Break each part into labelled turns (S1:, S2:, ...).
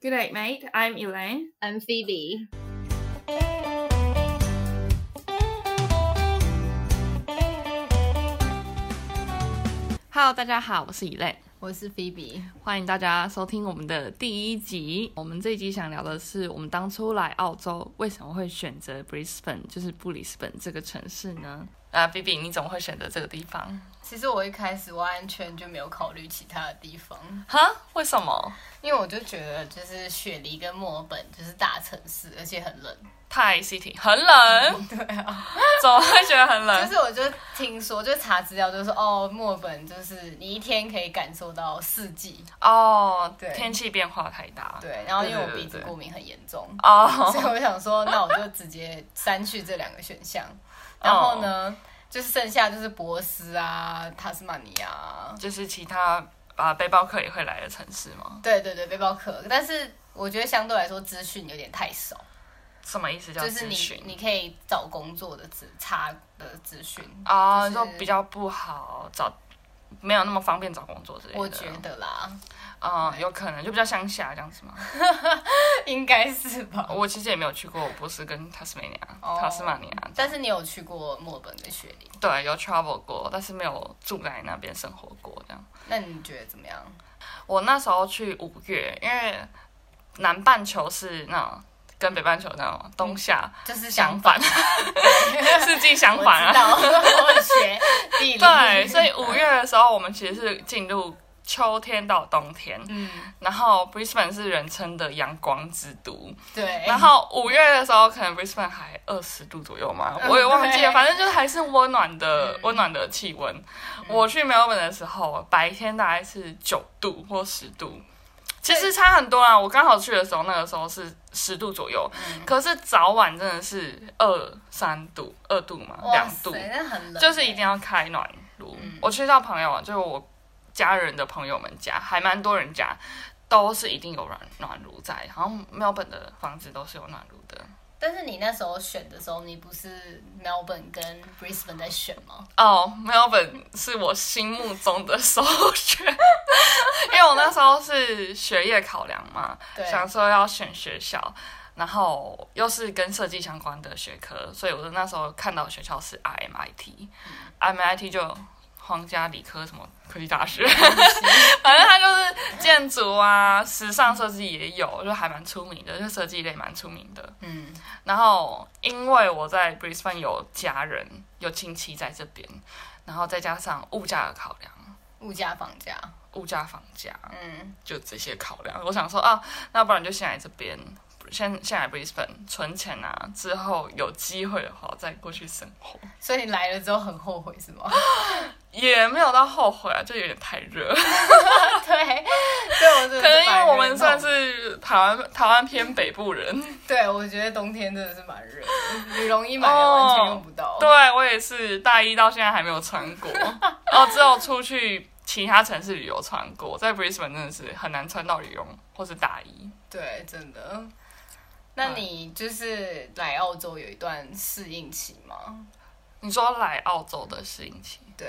S1: Good night, mate. I'm Elaine.
S2: I'm Phoebe.
S1: Hello，大家好，我是 Elaine，
S2: 我是 Phoebe。
S1: 欢迎大家收听我们的第一集。我们这一集想聊的是，我们当初来澳洲为什么会选择 Brisbane，就是布里斯本这个城市呢？啊，Bibi，你怎么会选择这个地方？
S2: 其实我一开始完全就没有考虑其他的地方，
S1: 哈？为什么？
S2: 因为我就觉得就是雪梨跟墨尔本就是大城市，而且很冷。
S1: 太 city 很 冷，
S2: 对啊，
S1: 怎么会觉得很
S2: 就
S1: 冷？
S2: 是我就听说，就查资料，就是哦，墨尔本就是你一天可以感受到四季。
S1: 哦，
S2: 对
S1: 天气变化太大。
S2: 对，然后因为我
S1: 对对
S2: 鼻子
S1: 对
S2: 过敏很严重，
S1: 哦，
S2: 所以我想说，那我就直接删去这两个选项。然后呢，就是剩下就是博斯啊、塔斯马尼亚啊、
S1: 就是其他啊背包客也会来的城市吗？
S2: 对对对，背包客，但是我觉得相对来说资讯有点太少，
S1: 什么意思叫
S2: 就是
S1: 咨
S2: 你
S1: 询？
S2: 你可以找工作的资差的资讯，
S1: 啊，
S2: 就是
S1: 你说比较不好找，没有那么方便找工作之类的。
S2: 我觉得 啦，
S1: 啊、有可能就比较乡下这样子嘛。
S2: 应该是吧。
S1: 我其实也没有去过波斯跟塔斯马尼亚，
S2: 哦
S1: 塔斯马尼亚，
S2: 但是你有去过墨尔本跟雪梨，
S1: 对，有 travel 过，但是没有住在那边生活过这样。
S2: 那你觉得怎么样？
S1: 我那时候去五月，因为南半球是那种跟北半球那
S2: 嗯
S1: 种冬夏
S2: 就是
S1: 相
S2: 想
S1: 反， 四季相反啊。
S2: 我知道，我有学地理，
S1: 对， 所以五月的时候，我们其实是进入秋天到冬天，
S2: 嗯，
S1: 然后 Brisbane 是人称的阳光之都。
S2: 对，
S1: 然后五月的时候，可能 Brisbane 还二十度左右嘛，
S2: 嗯
S1: 我也忘记了，
S2: 对
S1: 反正就是还是温暖的
S2: 嗯
S1: 温暖的气温。我去 Melbourne 的时候，白天大概是九度或十度。其实差很多啦，我刚好去的时候，那个时候是十度左右，
S2: 嗯
S1: 可是早晚真的是二三度，二度嘛，两
S2: 哇塞，
S1: 度，
S2: 那很冷，欸
S1: 就是一定要开暖炉。
S2: 嗯
S1: 我去到朋友，就是我家人的朋友们家，还蛮多人家都是一定有暖暖炉在，好像墨尔本的房子都是有暖炉的。
S2: 但是你那时候选的时候，你不是 Melbourne 跟 Brisbane 在选吗？
S1: 哦，墨尔本 是我心目中的首选，因为我那时候是学业考量嘛，
S2: 对，
S1: 想说要选学校。然后又是跟设计相关的学科，所以我那时候看到学校是 RMIT，RMIT、RMIT 就皇家理科什么科技大学，反正它就是建筑啊、时尚设计也有，就还蛮出名的，就设计类蛮出名的。
S2: 嗯。
S1: 然后因为我在 Brisbane 有家人、有亲戚在这边，然后再加上物价的考量、
S2: 物价、房价，
S1: 物价、房价，
S2: 嗯，
S1: 就这些考量，我想说啊，那不然就先来这边，先先来 Brisbane 存钱啊，之后有机会的话再过去生活。
S2: 所以你来了之后很后悔是 吗？
S1: 也没有到后悔啊，就有点太热。
S2: 对，对我真的是
S1: 可能因
S2: 蛮
S1: 为
S2: 热
S1: 我们算
S2: 闹
S1: 是台湾台湾偏北部人，
S2: 对，我觉得冬天真的是蛮热的，羽绒衣买了
S1: 哦
S2: 完全用不到。
S1: 对我也是大一到现在还没有穿过，哦，只有出去其他城市旅游穿过，在 Brisbane 真的是很难穿到羽绒或是大衣。
S2: 对，真的。嗯那你就是来澳洲有一段适应期吗？
S1: 你说来澳洲的适应期，
S2: 对，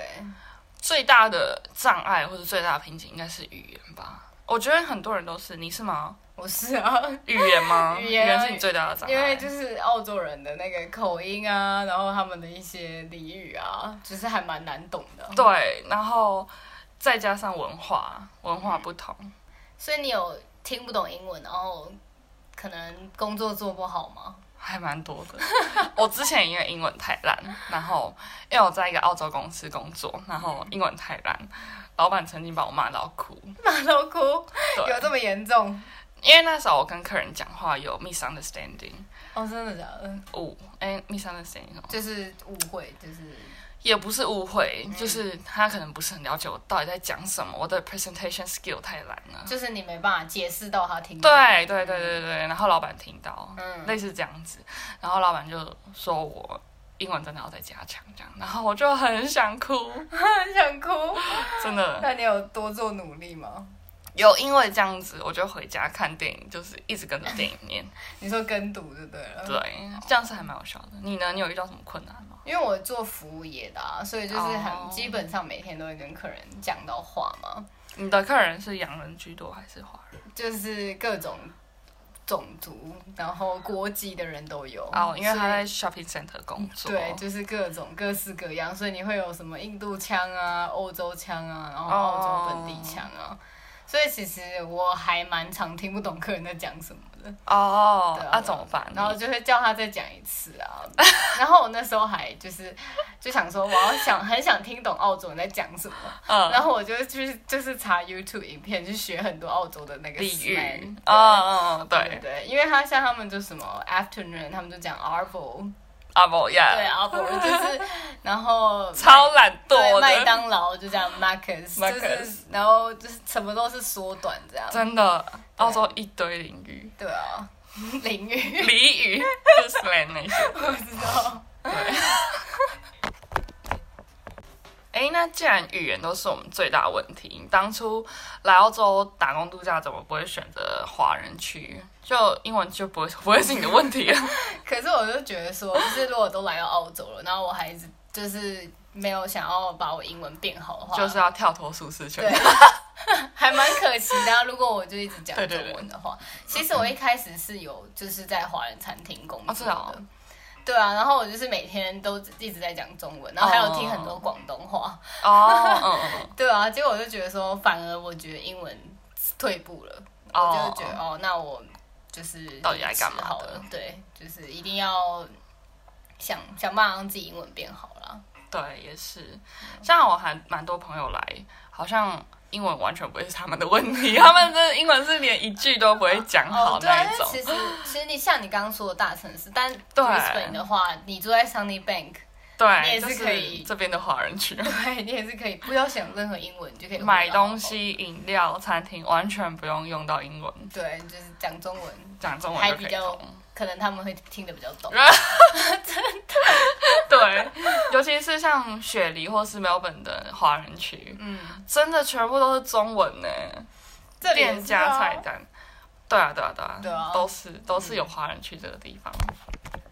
S1: 最大的障碍或者最大的瓶颈应该是语言吧？我觉得很多人都是，你是吗？
S2: 我是啊，
S1: 语言吗？
S2: 语言啊
S1: 是你最大的障碍，
S2: 因为就是澳洲人的那个口音啊，然后他们的一些俚语啊，就是还蛮难懂的。
S1: 对，然后再加上文化文化不同，
S2: 所以你有听不懂英文，然后可能工作做不好 吗？
S1: 还蛮多 的。我之前因为英文太烂，然后因为我在一个澳洲公司工作，然后英文太烂，老板曾经把我骂到哭。
S2: 马都哭，
S1: 对
S2: 有这么严重？
S1: 因为那时候我跟客人讲话有 misunderstanding，
S2: 哦，真的假的？
S1: 误哎 misunderstanding 什么
S2: 就是误会，就是
S1: 也不是误会，就是他可能不是很了解我到底在讲什么，我的 presentation skill 太烂了。
S2: 嗯就是你没办法解释到他
S1: 嗯
S2: 听。，
S1: 对对对对对，然后老板听到，
S2: 嗯
S1: 类似这样子，然后老板就说我英文真的要再加强这样，然后我就很想 哭，
S2: 很想哭。
S1: 真的
S2: 那你有多做努力吗？
S1: 有因为这样子，我就回家看电影，就是一直跟着电影念，
S2: 你说跟读就对了。
S1: 对，这样是还蛮有效的。你呢？你有遇到什么困难吗？
S2: 因为我做服务业的啊，所以就是很、
S1: 哦
S2: 基本上每天都会跟客人讲到话嘛，
S1: 嗯你的客人是洋人居多还是华人？
S2: 就是各种种族，然后国籍的人都有
S1: 哦，因为他
S2: 所以
S1: 在 shopping center 工作，
S2: 对，就是各种各式各样，所以你会有什么印度腔啊、欧洲腔啊，
S1: 哦
S2: 然后澳洲本地腔啊。所以其实我还蛮常听不懂客人在讲什么的，
S1: 哦，
S2: 对
S1: 那、怎么办？
S2: 然后就会叫他再讲一次啊。 然后我那时候还就是就想说，我要想很想听懂澳洲人在讲什么，
S1: 嗯，
S2: 然后我就去就是查 YouTube 影片去学很多澳洲的那个
S1: 俚语
S2: slang，，
S1: 嗯嗯嗯，
S2: 对对
S1: 对，
S2: 对，因为他像他们就什么 afternoon，他们就讲 arvo，
S1: 阿伯呀，
S2: 对啊 arvo 就是， 然后
S1: 超懒
S2: 对
S1: 惰
S2: 麦
S1: 的，
S2: 当劳就这样 Marcus，就
S1: Marcus
S2: 是然后就是什么都是缩短这样，
S1: 真的，澳洲一堆淋 雨、
S2: 对啊，淋雨
S1: 俚语、就是 slang 那些。
S2: 我知道，
S1: 哎，那既然语言都是我们最大问题，你当初来澳洲打工度假，怎么不会选择华人区？就英文就不会不会是你的问题 了。
S2: 可是我就觉得说，就是如果都来到澳洲了，然后我还一直就是没有想要把我英文变好的话，
S1: 就是要跳脱舒适圈
S2: 哦对。还蛮可惜的啊、如果我就一直讲
S1: 对
S2: 中
S1: 对
S2: 文的话，其实我一开始是有就是在华人餐厅工
S1: 哦，
S2: 作
S1: 是
S2: 的。
S1: 哦，
S2: 对啊，然后我就是每天都一直在讲中文，然后还有听很多广东话
S1: 哦，嗯嗯嗯，
S2: 对啊，结果我就觉得说，反而我觉得英文退步了我
S1: 哦
S2: 就觉得哦，那我就是
S1: 到底来干嘛的
S2: 好了？对，就是一定要想想办法让自己英文变好啦。
S1: 对，也是。像我还蛮多朋友来，好像英文完全不会是他们的问题， 他们的英文是连一句都不会讲好
S2: 哦，对
S1: 那
S2: 啊，
S1: 一
S2: 因为
S1: 种。
S2: 其实其实你像你刚刚说的大城市，但
S1: 对
S2: Brisbane 的话，你住在 Sunny Bank，你
S1: 对，
S2: 也
S1: 就是
S2: 可以
S1: 这边的华人区。
S2: 对你也是可以不要想任何英文，你就可以
S1: 买东。西、饮料、餐厅完全不用用到英文，
S2: 对，就是讲中文，
S1: 讲中文
S2: 还
S1: 就可
S2: 比
S1: 以
S2: 较
S1: 通。
S2: 可能他们会听得比较懂。
S1: 对，尤其是像雪梨或是墨尔本的华人区，
S2: 嗯，
S1: 真的全部都是中文呢。
S2: 这里也
S1: 店
S2: 是
S1: 家
S2: 啊
S1: 菜单，对啊，对啊，对啊，
S2: 对啊
S1: 都是都是有华人区这个地方。
S2: 啊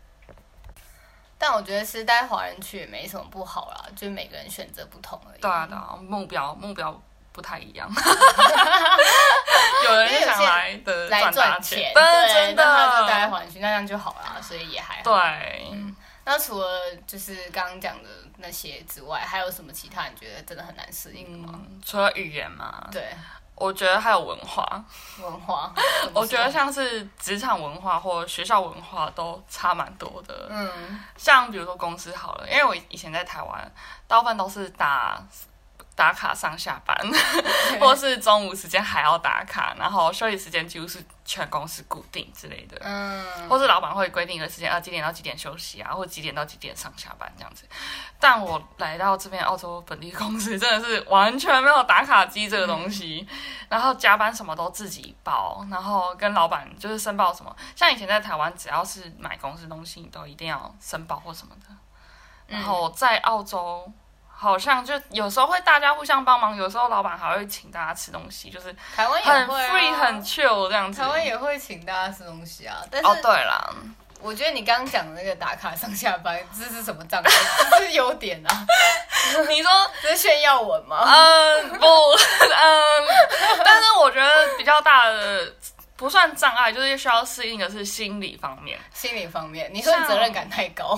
S2: 但我觉得是待华人区也没什么不好啦，就是每个人选择不同而已。
S1: 对啊，对啊，目标目标不太一 样。有人
S2: 因为有
S1: 就想
S2: 些人
S1: 来的
S2: 来
S1: 大
S2: 赚
S1: 钱，但
S2: 对，
S1: 是真
S2: 那他就待在
S1: 的
S2: 华人区，那样就好啦，所以也还好。
S1: 对。
S2: 那除了就是刚刚讲的那些之外，还有什么其他你觉得真的很难适应的吗？
S1: 嗯，除了语言嘛，
S2: 对，
S1: 我觉得还有文化。
S2: 文化，怎么
S1: 我觉得
S2: 说，
S1: 像是职场文化或学校文化都差蛮多的。
S2: 嗯，
S1: 像比如说公司好了，因为我以前在台湾，大部分都是打打卡上下班，或是中午时间还要打卡，然后休息时间几乎是全公司固定之类的。
S2: 嗯，
S1: 或是老板会规定一个时间啊，几点到几点休息啊，或几点到几点上下班这样子。但我来到这边澳洲本地公司，真的是完全没有打卡机这个东西，
S2: 嗯
S1: 然后加班什么都自己包，然后跟老板就是申报什么。像以前在台湾，只要是买公司东西，你都一定要申报或什么的。然后
S2: 嗯
S1: 在澳洲。好像就有时候会大家互相帮忙，有时候老板还会请大家吃东西，就是
S2: 台湾也
S1: 很
S2: 会、啊、
S1: free 很 chill 这样子。
S2: 台湾也会请大家吃东西啊，但
S1: 哦，
S2: 是
S1: 对 啦，
S2: 我觉得你刚刚讲的那个打卡上下班，这是什么障碍？ 这是优点啊，
S1: 你说
S2: 这是炫耀文吗？
S1: 嗯，不，嗯，但是我觉得比较大的不算障碍，就是需要适应的是心理方面。
S2: 心理方面，你说你责任感太高，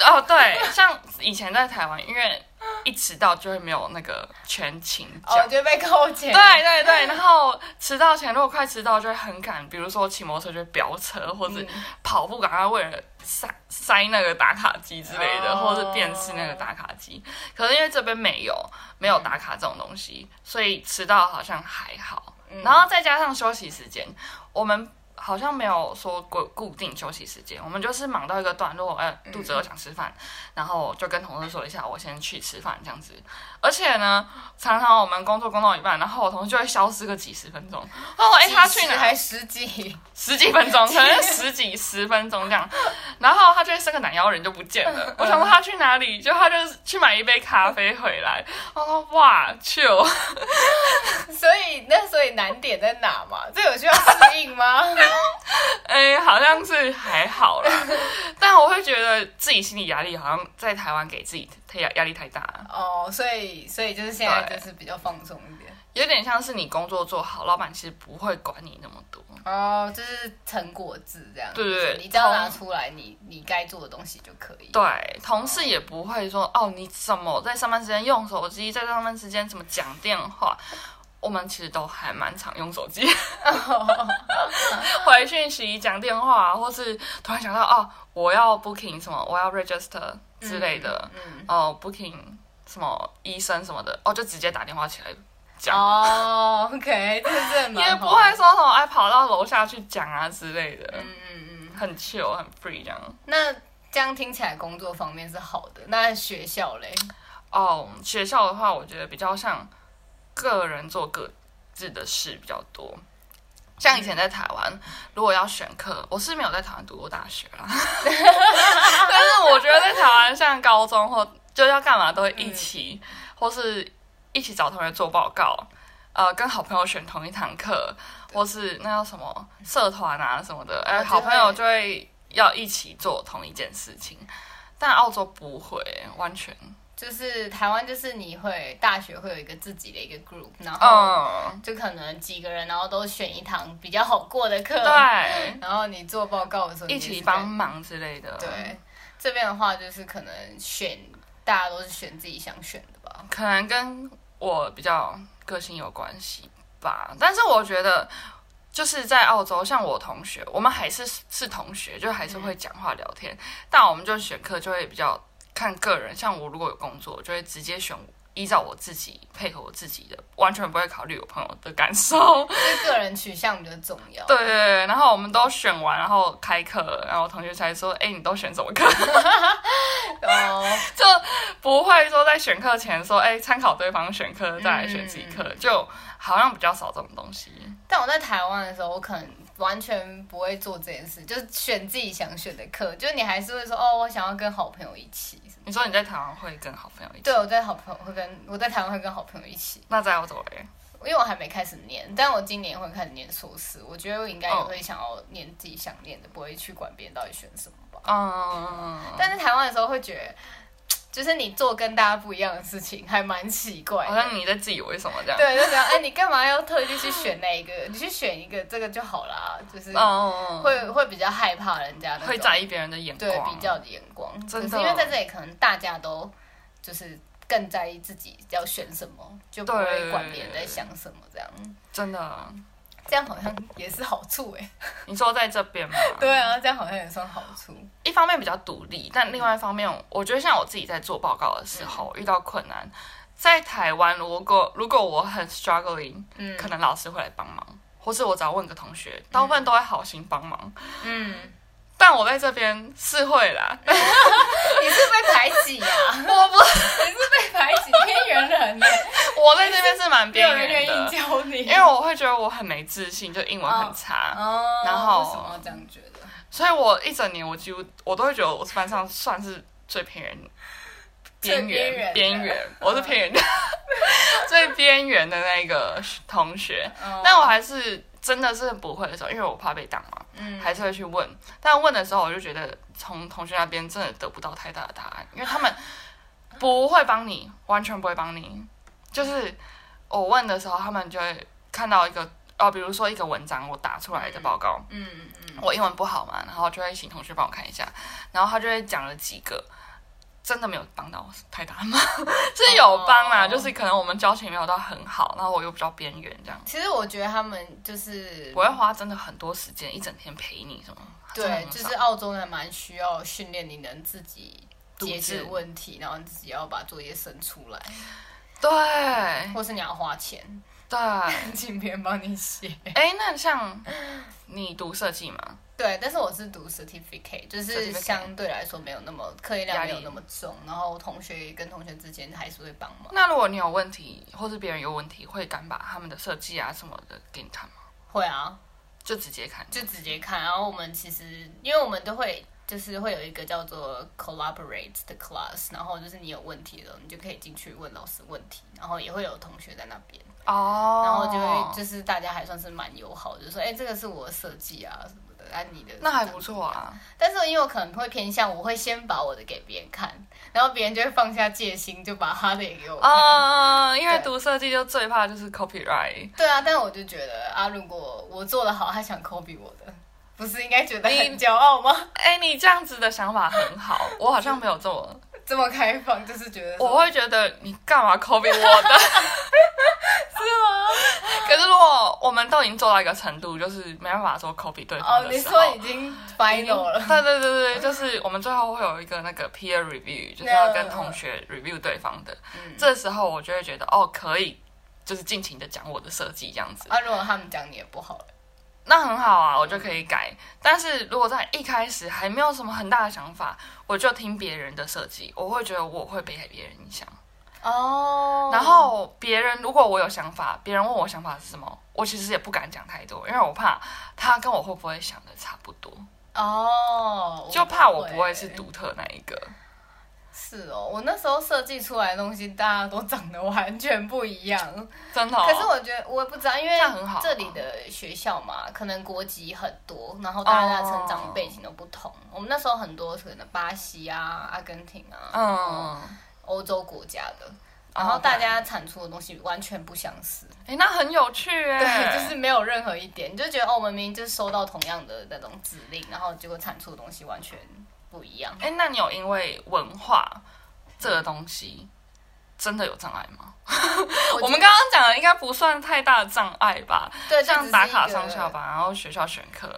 S1: 哦，对，像以前在台湾，因为一迟到就会没有那个全勤奖。
S2: 哦，就被扣钱。嗯
S1: 对对对，然后迟到前如果快迟到就会很赶，比如说骑摩托车就会飙车，或者
S2: 嗯
S1: 跑步赶快为了塞塞那个打卡机之类的，
S2: 哦
S1: 或者是电视那个打卡机。可是因为这边没有没有打卡这种东西，所以迟到好像还好。
S2: 嗯
S1: 然后再加上休息时间，我们好像没有说固固定休息时间，我们就是忙到一个段落，哎、肚子饿想吃饭，然后就跟同事说一下，我先去吃饭这样子。而且呢，常常我们工作工到一半，然后我同事就会消失个几十分钟。哦，哎、他去哪？
S2: 还十几，
S1: 十几分钟，可能十几十分钟这样，然后他就会伸个懒腰，人就不见了。我想说他去哪里，就他就是去买一杯咖啡回来。我说哇，哦就
S2: 所以那所以难点在哪嘛？这有需要适应 吗？
S1: 哎、好像是还好 啦，但我会觉得自己心理压力好像在台湾给自己太压压力太大了，
S2: 哦，所以所以就是现在就是比较放松一点。
S1: 有点像是你工作做好，老板其实不会管你那么多。
S2: 哦，就是成果制这样。
S1: 对对对
S2: 你只要拿出来你你该做的东西就可以。
S1: 对，同事也不会说哦，你怎么在上班时间用手机，在上班时间怎么讲电话？我们其实都还蛮常用 手机，回讯息、讲电话，或是突然想到哦，我要 booking 什么，我要 register 之类的，
S2: 嗯，
S1: 哦，booking 什么医生什么的，哦，就直接打电话起来讲，
S2: 哦，OK，这真的蛮
S1: 也不
S2: 好
S1: 会说什么哎跑到楼下去讲啊之类的，
S2: 嗯嗯嗯。
S1: 很 chill 很 free 这样。
S2: 那这样听起来工作方面是好的，那学校嘞？
S1: 哦，学校的话，我觉得比较像个人做各自的事比较多。像以
S2: 嗯
S1: 前在台湾，如果要选课，我是没有在台湾读过大学 啦，但是我觉得在台湾，像高中或就要干嘛都会
S2: 嗯
S1: 一起，或是一起找同学做报告，呃，跟好朋友选同一堂课，或是那叫什么社团啊什么的，哎、
S2: 哦
S1: 好
S2: 就
S1: 朋
S2: 会
S1: 友就会要一起做同一件事情，但澳洲不会，完全，
S2: 就是台湾，就是你会大学会有一个自己的一个 group，然后
S1: 嗯。
S2: 就可能几个人，然后都选一堂比较好过的课，，
S1: 对，
S2: 然后你做报告的时候
S1: 一起帮，忙之类的。
S2: 你就是对，这边的话就是可能选，大家都是选自己想选的吧，
S1: 可能跟我比较个性有关系吧。但是我觉得，就是在澳洲，像我同学，我们还是是同学，就还是会讲话聊天，但我们就选课就会比较看个人。像我如果有工作，我就会直接选。依照我自己配合我自己的，完全不会考虑我朋友的感受。
S2: 就是个人取向比较重要。
S1: 对对对，然后我们都选完，然后开课，然后我同学才说：“哎、你都选什么课？”
S2: 哦，
S1: 就不会说在选课前说，哎、参考对方选课再来选自己课，
S2: 嗯
S1: 就好像比较少这种东西。
S2: 但我在台湾的时候，我可能完全不会做这件事，就是选自己想选的课，就是你还是会说哦，我想要跟好朋友一起。
S1: 你说你在台湾会跟好朋友一起，
S2: 对，我在好朋友会跟我在台湾会跟好朋友一起，
S1: 那在澳洲嘞？
S2: 因为我还没开始念，但我今年会开始念硕士，我觉得我应该也
S1: 哦
S2: 会想要念自己想念的，不会去管别人到底选什么吧。
S1: 嗯，
S2: 但是台湾的时候会觉得，就是你做跟大家不一样的事情，还蛮奇怪
S1: 好
S2: 的。
S1: 像啊你在自以为什么这样。
S2: 对，就想哎，你干嘛要特地去选那 一个？你去选一个这个就好啦，就是
S1: 嗯，
S2: 会会比较害怕人家那种
S1: 会在意别人的眼
S2: 对
S1: 光，
S2: 比较的眼光，
S1: 真的
S2: 可是因为在这里可能大家都就是更在意自己要选什么，就不会
S1: 对
S2: 管别人在想什么这样。
S1: 真的。
S2: 这样好像也是好处哎、
S1: 你说在这边吗？
S2: 对啊，这样好像也算好处。
S1: 一方面比较独立，但另外一方面，我觉得像我自己在做报告的时候、
S2: 嗯
S1: 遇到困难，在台湾如果如果我很 struggling，
S2: 嗯
S1: 可能老师会来帮忙，或是我只要问个同学，大部分都会好心帮忙。
S2: 嗯，
S1: 但我在这边是会 啦，
S2: 你是被排挤呀、啊？
S1: 我不，
S2: 你是被排挤边缘人呢、
S1: 我在这边是蛮
S2: 没
S1: 边
S2: 有人愿
S1: 缘
S2: 意
S1: 的，
S2: 教你，
S1: 因为我会觉得我很没自信，就英文很差，
S2: 哦，
S1: 然后
S2: 为什么要这样觉得？
S1: 所以我一整年我几乎我都会觉得我是班上算是最偏远、
S2: 最
S1: 边缘、
S2: 边
S1: 边
S2: 缘的嗯
S1: 缘，我是偏远的， 最边缘的那个同学。
S2: 哦
S1: 但我还是真的是不会的时候，因为我怕被当嘛，
S2: 嗯
S1: 还是会去问。但问的时候，我就觉得从同学那边真的得不到太大的答案，因为他们不会帮你，完全不会帮你。就是我问的时候，他们就会看到一个哦，比如说一个文章我打出来的报告，
S2: 嗯嗯
S1: 我英文不好嘛，然后就会请同学帮我看一下，然后他就会讲了几个。真的没有帮到我太大忙，是有帮啦
S2: 哦
S1: 就是可能我们交情没有到很好，然后我又比较边缘这样。
S2: 其实我觉得他们就是
S1: 我要花真的很多时间，一整天陪你什么？真的
S2: 对，
S1: 很
S2: 就
S1: 少
S2: 是澳洲人蛮需要训练你能自己解决
S1: 独自
S2: 问题，然后你自己要把作业生出来，
S1: 对
S2: 或是你要花钱
S1: 对。哎、
S2: 请别人帮你写。
S1: 那像你读设计嘛？
S2: 对，但是我是读 certificate，就是
S1: certificate
S2: 相对来说没有那么课业量
S1: 压
S2: 没
S1: 力
S2: 有那么重，然后同学跟同学之间还是会帮忙，
S1: 那如果你有问题，或是别人有问题，会敢把他们的设计啊什么的给你看吗？
S2: 会啊，
S1: 就直接看。
S2: 就直接看。然后我们其实因为我们都会。就是会有一个叫做 collaborate 的 class，然后就是你有问题的时候，你就可以进去问老师问题，然后也会有同学在那边。
S1: 哦
S2: 然后就会就是大家还算是蛮友好，就说哎、这个是我设计啊什么的，安妮的，
S1: 那还不错啊。
S2: 但是因为我可能会偏向，我会先把我的给别人看，然后别人就会放下戒心，就嗯把他的也给我看。
S1: 啊、因为
S2: 对
S1: 读设计就最怕就是 copyright。
S2: 对啊，但我就觉得啊，如果我做的好，他想 copy 我的，不是应该觉得很
S1: 你
S2: 骄傲吗？
S1: 哎、你这样子的想法很好， 我好像没有这么，
S2: 这么开放，就是觉得
S1: 我会觉得你干嘛 copy 我的？
S2: 是
S1: 可是如果我们都已经做到一个程度，就是没办法说 copy 对
S2: 吗？哦
S1: 方，的
S2: 你
S1: 时
S2: 说
S1: 候。
S2: 已经 final 了，
S1: 对对对对，就是我们最后会有一个那个 peer review，就是要跟同学 review 对方的。
S2: 嗯
S1: 这时候我就会觉得哦，可以，就是尽情的讲我的设计这样子，
S2: 啊，如果他们讲你也不好了，
S1: 那很好啊，我就可以改。但是如果在一开始还没有什么很大的想法，我就听别人的设计，我会觉得我会被别人影响。
S2: 哦
S1: 然后别人如果我有想法，别人问我想法是什么，我其实也不敢讲太多，因为我怕他跟我会不会想的差不多，
S2: 哦，
S1: 就怕我不会是独特那一个。
S2: 是哦，我那时候设计出来的东西，大家都长得完全不一样。
S1: 真的、哦，
S2: 可是我觉得我也不知道，因为
S1: 这样很好啊
S2: 这里的学校嘛，可能国籍很多，然后大家的成长背景都不同。我们那时候很多可能巴西啊、阿根廷啊、
S1: 嗯，
S2: 欧洲国家的，然后大家产出的东西完全不相似，
S1: 哎、那很有趣哎、
S2: 对，就是没有任何一点，你就觉得哦，我们明明就是收到同样的那种指令，然后结果产出的东西完全不一 样。
S1: 哎、那你有因为文化这个东西真的有障碍吗？
S2: 我
S1: 我们刚刚讲的应该不算太大的障碍吧，
S2: 对，这只
S1: 像
S2: 是
S1: 打
S2: 一
S1: 卡
S2: 个
S1: 上下班，然后学校选课、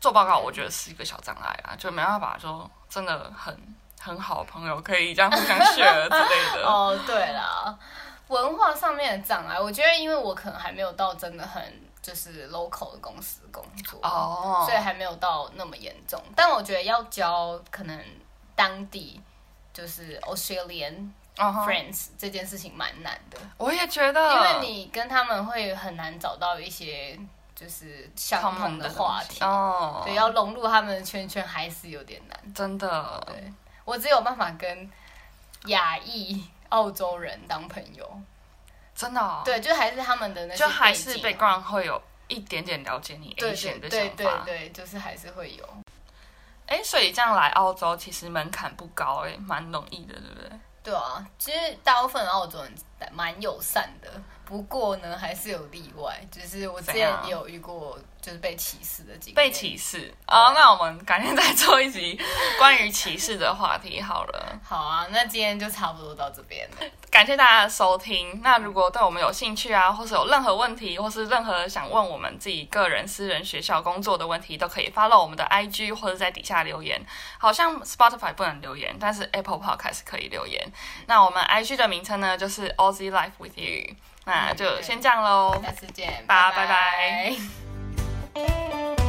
S1: 做报告，我觉得是一个小障碍啊，就没办法说真的很很好的朋友可以这样互相学之类 的。
S2: 哦，对啦，文化上面的障碍，我觉得因为我可能还没有到真的很就是 local 的公司工作，
S1: 哦
S2: 所以还没有到那么严重。但我觉得要教可能当地就是 Australian
S1: 嗯哼
S2: friends、这件事情蛮难的，
S1: 我也觉
S2: 因
S1: 得，
S2: 为你跟他们会很难找到一些就是相
S1: 他
S2: 同
S1: 们的
S2: 话
S1: 东西
S2: 题。
S1: 哦，
S2: 对，要融入他们的圈圈还是有点难。
S1: 真的，
S2: 对我只有办法跟亚裔澳洲人当朋友，
S1: 真的、哦，
S2: 对，就还是他们的那些
S1: 就还是
S2: 背景啊
S1: background 会有一点点了解你
S2: 对
S1: A 选的
S2: 对对
S1: 想
S2: 对
S1: 法。
S2: 对，就是还是会有。
S1: 哎，所以这样来澳洲其实门槛不高，哎，蛮容易的，对不对？
S2: 对啊，其实大部分澳洲人蛮友善的，不过呢还是有例外，就是我之
S1: 怎
S2: 前
S1: 样
S2: 也有遇过就是被歧视的经验。
S1: 被歧视哦，那我们改天再做一集关于歧视的话题好了。
S2: 好啊，那今天就差不多到这边了。
S1: 感谢大家的收听。那如果对我们有兴趣啊，或是有任何问题，或是任何想问我们自己个人、私人、学校、工作的问题，都可以 follow 我们的 IG 或者在底下留言。好像 Spotify 不能留言，但是 Apple Podcast 可以留言。那我们 IG 的名称呢，就是 Aussie Life with You。那就先这样喽，
S2: 下次见，
S1: 大家
S2: 拜
S1: 拜拜
S2: 拜